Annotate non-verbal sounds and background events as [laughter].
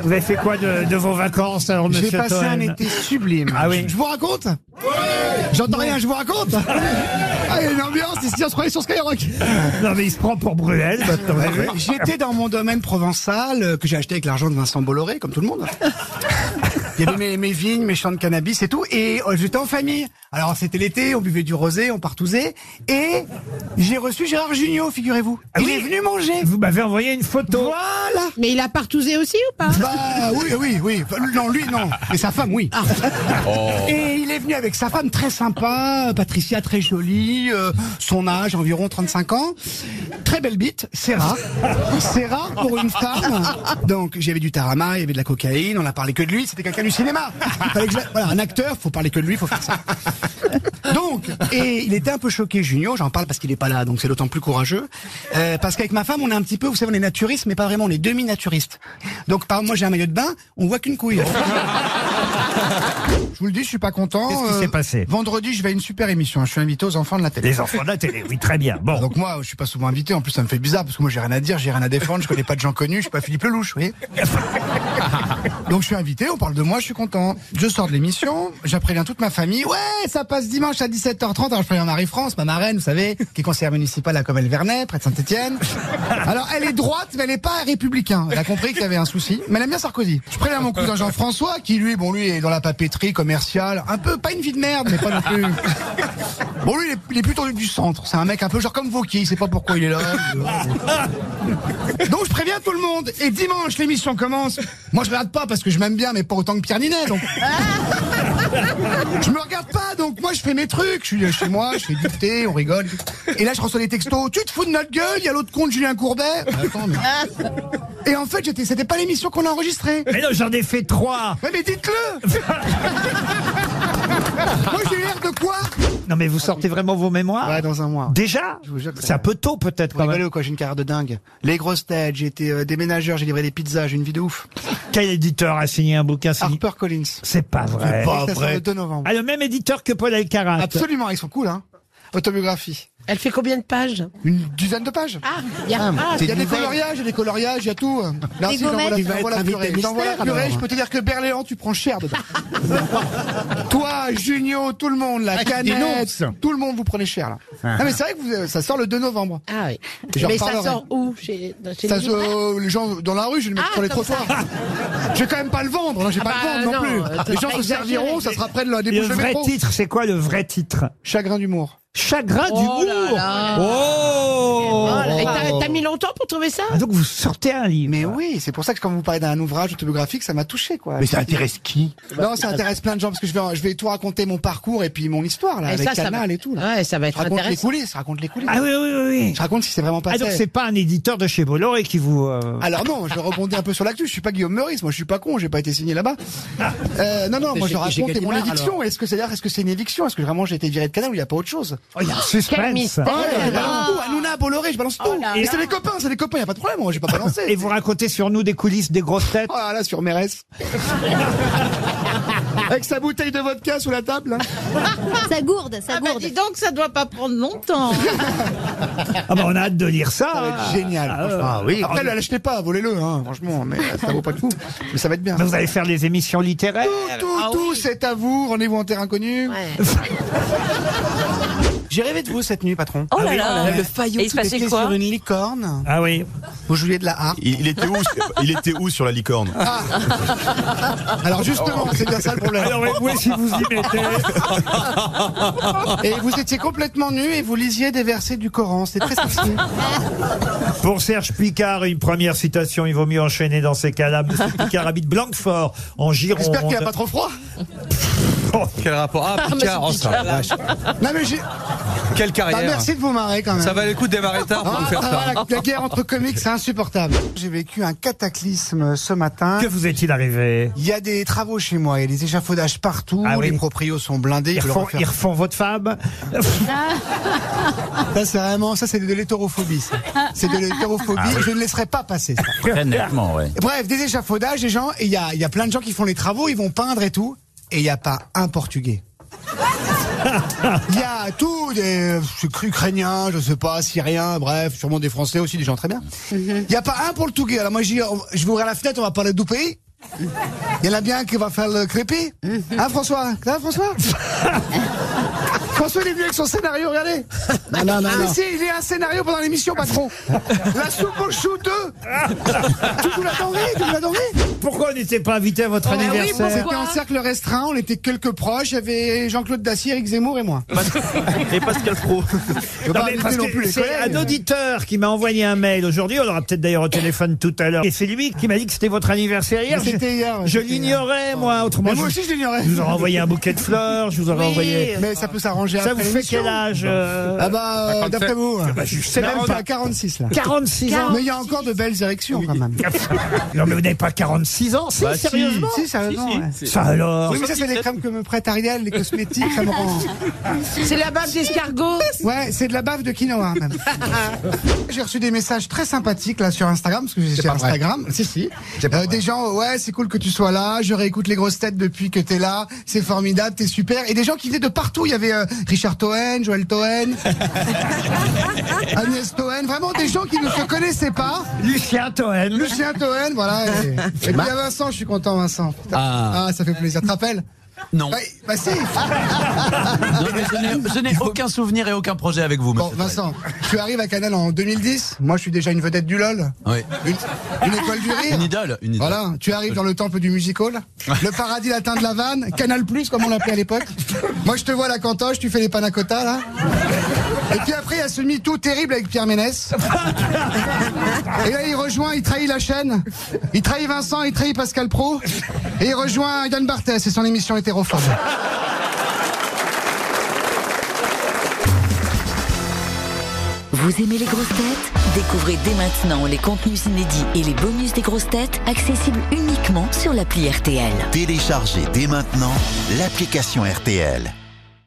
Vous avez fait quoi de, de vos vacances, alors, J'ai monsieur passé un Toen été sublime. Ah oui. Je vous raconte J'entends rien, je vous raconte Ah, il y a une ambiance ici, on se croyait sur Skyrock Non, mais il se prend pour [laughs] Bruel, maintenant. vous avez vu J'étais dans mon domaine provençal euh, que j'ai acheté avec l'argent de Vincent Bolloré, comme tout le monde. Il y avait mes, mes vignes, mes champs de cannabis et tout. Et euh, j'étais en famille. Alors c'était l'été, on buvait du rosé, on partousait. Et j'ai reçu Gérard Jugnot, figurez-vous. Il Ah oui est venu manger. Vous m'avez envoyé une photo. Voilà Mais il a partousé aussi ou pas Bah oui, oui, oui. Enfin, Non, lui, non. Mais sa femme, oui. [laughs] Et il est venu avec sa femme très sympa, Patricia très jolie, euh, son âge environ 35 ans. Très belle bite, c'est rare. C'est rare pour une femme. Donc j'avais du tarama, il y avait de la cocaïne, on a parlé que de lui, c'était quelqu'un du cinéma. Il fallait que je la- Voilà, un acteur, faut parler que de lui, faut faire ça. Donc, et il était un peu choqué, Junio, j'en parle parce qu'il est pas là, donc c'est d'autant plus courageux. Euh, parce qu'avec ma femme, on est un petit peu, vous savez, on est naturiste, mais pas vraiment, on est demi-naturiste. Donc, par moi, j'ai un maillot de bain, on voit qu'une couille. Je vous le dis, je suis pas content. euh, Qu'est-ce qui s'est passé Vendredi, je vais à une super émission. hein. Je suis invité aux enfants de la télé. Les enfants de la télé, oui, très bien. Bon. Ah, Donc moi, je suis pas souvent invité. En plus, ça me fait bizarre parce que moi, j'ai rien à dire, j'ai rien à défendre. Je connais pas de gens connus. Je suis pas Philippe Lelouch, vous voyez. Donc je suis invité. On parle de moi. Je suis content. Je sors de l'émission. J'appréviens toute ma famille. Ouais, ça passe dimanche à 17h30. Alors je préviens Marie-France, ma marraine, vous savez, qui est conseillère municipale à comelle vernet près de Saint-Étienne. Alors elle est droite, mais elle est pas républicain. Elle a compris qu'il y avait un souci. Mais elle aime bien Sarkozy. Je préviens mon cousin Jean-François, qui lui, bon, lui est dans la papeterie commerciale, un peu pas une vie de merde, mais pas non plus. Bon, lui, il est, il est plutôt du centre. C'est un mec un peu genre comme Vauquier. Il sait pas pourquoi il est là. Donc, je préviens tout le monde. Et dimanche, l'émission commence. Moi, je regarde pas parce que je m'aime bien, mais pas autant que Pierre Ninet. Donc. Je me regarde pas, donc moi je fais mes trucs. Je suis chez moi, je fais du thé, on rigole. Et là je reçois des textos. Tu te fous de notre gueule Il y a l'autre compte Julien Courbet. Attends, mais- Et en fait, j'étais, c'était pas l'émission qu'on a enregistrée. Mais non, j'en ai fait trois. Ouais, mais dites-le Moi j'ai l'air de quoi Non, mais vous sortez vraiment vos mémoires Ah, Ouais, dans un mois. Déjà Je vous jure que C'est un peu tôt, peut-être, Vous quand rigolez même. ou quoi J'ai une carrière de dingue. Les grosses têtes, j'ai été euh, déménageur, j'ai livré des pizzas, j'ai une vie de ouf. Quel éditeur a signé un bouquin signé Harper Collins. C'est pas vrai. Ça sort Le 2 novembre. Ah, le même éditeur que Paul Elkarat. Absolument, ils sont cool, hein. Autobiographie. Elle fait combien de pages Une dizaine de pages. Ah, il y a... ah, Il y a des coloriages, il y a des coloriages, il y a tout. Là, si, j'envoie la, Il va être j'envoie la invité purée. mystère, J'envoie la purée, alors. je peux te dire que Berléand, tu prends cher dedans. Toi, Junio, tout le monde, la canette, tout le monde, vous prenez cher, là. Non, mais c'est vrai que vous- ça sort le 2 novembre. ah oui. J'en Mais ça reparlerai. sort où chez, dans- chez Ça les se, libraires euh, les gens dans la rue, je vais le mettre Ah, sur les comme ça. trottoirs. Je vais quand même pas le vendre, non, je vais Ah pas bah, le vendre non, non, euh, plus. Les gens t'as se serviront, exagéré. ça sera près de la Le débouche de vrai métro. titre, c'est quoi le vrai titre Chagrin d'humour. Chagrin Oh là d'humour là. Oh Oh là, et t'as- T'as mis longtemps pour trouver ça Ah, Donc vous sortez un livre Mais oui, c'est pour ça que quand vous parlez d'un ouvrage autobiographique, ça m'a touché, quoi. Mais ça intéresse qui Non, ça intéresse plein de gens parce que je vais, je vais tout raconter mon parcours et puis mon histoire là, Et avec ça, ça va- Canal Ah, et tout. Là. Ouais, ça va je être raconte les intéressant. coulisses, je raconte les coulisses. Ah oui, oui, oui, oui. Je raconte si c'est vraiment Ah passé. donc c'est pas un éditeur de chez Bolloré qui vous... euh, Alors non, je rebondis un peu sur l'actu. Je suis pas Guillaume Meurice, moi je suis pas con, j'ai pas été signé là-bas. Euh, non non, moi chez- je chez raconte mon Gallimard, éviction. Est-ce que c'est d'ailleurs est-ce que c'est une éviction Est-ce que vraiment j'ai été viré de Canal ou il y a pas autre chose Oh, il y a un suspense. Quel mystère. Ouais, je balance tout. Hanouna, Bolloré, je balance tout. Oh là et là. c'est des copains, c'est des copains, y a pas de problème. Moi j'ai pas balancé. Et vous racontez sur nous des coulisses, des grosses têtes. Oh là là, [laughs] sur Mérès. Avec sa bouteille de vodka sous la table. hein. Ça gourde, ça Ah bah gourde. dis donc, ça doit pas prendre [laughs] longtemps. Ah bah on a hâte de lire ça. Ça va être hein. génial. franchement. Ah oui. Après, ne l'achetez pas, volez-le, hein, franchement, mais ça vaut pas le coup. Mais ça va être bien. Mais Vous allez faire des émissions littéraires. Tout, tout, tout, c'est à vous. Rendez-vous en terrain inconnu. Ouais. J'ai rêvé de vous cette nuit, patron. Oh là là Le faillot Et il se passait était quoi sur une licorne. Ah oui. Vous jouiez de la harpe. Il, il était où Il était où sur la licorne Alors justement, c'est bien ça le problème. Alors oui, si vous y mettez. Et vous étiez complètement nu et vous lisiez des versets du Coran. [laughs] C'est très sexy. Pour Serge Picard, une première citation, il vaut mieux enchaîner dans ces cas-là. Monsieur Picard habite Blanquefort, en Gironde. J'espère qu'il n'y a pas trop froid. Quel rapport Ah, Picard, oh, ça, la vache. Non mais j'ai... Quelle Bah, carrière merci de vous marrer quand même. Ça valait le coup de démarrer tard pour Ah, nous faire ça ça. va, la, la guerre entre comiques, c'est insupportable. J'ai vécu un cataclysme ce matin. Que vous est-il arrivé Il y a des travaux chez moi, il y a des échafaudages partout, Ah oui. les proprios sont blindés. ils je leur refont, refais- ils refont votre femme Ça c'est vraiment, ça c'est de l'hétérophobie. ça. C'est de l'hétérophobie, Ah je ne laisserai pas passer ça. Très nettement, ouais. Bref, des échafaudages, des gens, et il y a, il y a plein de gens qui font les travaux, ils vont peindre et tout, et il n'y a pas un portugais. Il y a tout, des je- ukrainiens, je sais pas, syriens, bref, Mhm. sûrement des français aussi, des gens très bien. Il n'y a pas un portugais. Alors moi, je dis, on- je vais ouvrir la fenêtre, on va parler du pays. Il y en a bien un qui va faire le crépi. Hein, François Hein, [laughs] François François, il est venu avec son scénario, regardez. Non, non, non. Ah, si, il y a un scénario pendant l'émission, [laughs] patron. La soupe au chou 2. tu vous l'attendais Tu vous l'attendais Pourquoi on n'était pas invité à votre bah oui, anniversaire C'était en cercle restreint, on était quelques proches. Il y avait Jean-Claude Dacier, Eric Zemmour et moi. Et Pascal Pro. Je Bah, Non, pas mais inviter parce non que plus les c'est collègues. un auditeur qui m'a envoyé un mail aujourd'hui, on l'aura peut-être d'ailleurs au téléphone tout à l'heure. Et c'est lui qui m'a dit que c'était votre anniversaire hier. Mais Je- c'était hier, ouais, Je c'était hier. l'ignorais, moi. Autrement, Mais moi je- aussi, je l'ignorais. je vous aurais envoyé un bouquet de fleurs, je vous aurais Oui. envoyé. Mais ça peut s'arranger Ça euh, après vous fait l'émission. quel âge euh, Ah bah, euh, d'après vous. bah, je sais C'est même même pas 46 là. 46 ans Mais il y a encore de belles érections quand même. Non, mais vous n'avez pas 46 ans Si, Bah, si. sérieusement Si, sérieusement. ouais. Ça alors Oui, mais ça, c'est des crèmes que me prête Ariel, les cosmétiques, ça me rend. C'est la bave [laughs] d'escargot. Ouais, c'est de la bave de quinoa, même. J'ai reçu des messages très sympathiques, là, sur Instagram, parce que j'ai sur Instagram. Si, si. Euh, des gens, ouais, c'est cool que tu sois là, je réécoute les grosses têtes depuis que t'es là, c'est formidable, t'es super. Et des gens qui venaient de partout, il y avait euh, Richard Toen, Joël Toen, Agnès Toen, vraiment des gens qui ne se connaissaient pas. Lucien Toen Lucien Toen, voilà. Et, et puis il y a Vincent, je suis content, Vincent. Putain. Ah. ça fait plaisir. Tu te rappelles Non. bah, bah si Non, mais je n'ai- je n'ai aucun souvenir et aucun projet avec vous, Bon, monsieur. Vincent, tu arrives à Canal en 2010. Moi, je suis déjà une vedette du LOL. Oui. Une, une école du rire. Une idole, une idole. Voilà, tu arrives dans le temple du music [laughs] hall, le paradis latin de la vanne, Canal Plus comme on l'appelait à l'époque. Moi je te vois à la cantoche, tu fais les panacotas là. Et puis après il y a ce MeToo terrible avec Pierre Ménès. Et là il rejoint, il trahit la chaîne, il trahit Vincent, il trahit Pascal Pro, et il rejoint Yann Barthès et son émission hétérophobe. Vous aimez les grosses têtes Découvrez dès maintenant les contenus inédits et les bonus des grosses têtes accessibles uniquement sur l'appli RTL. Téléchargez dès maintenant l'application RTL.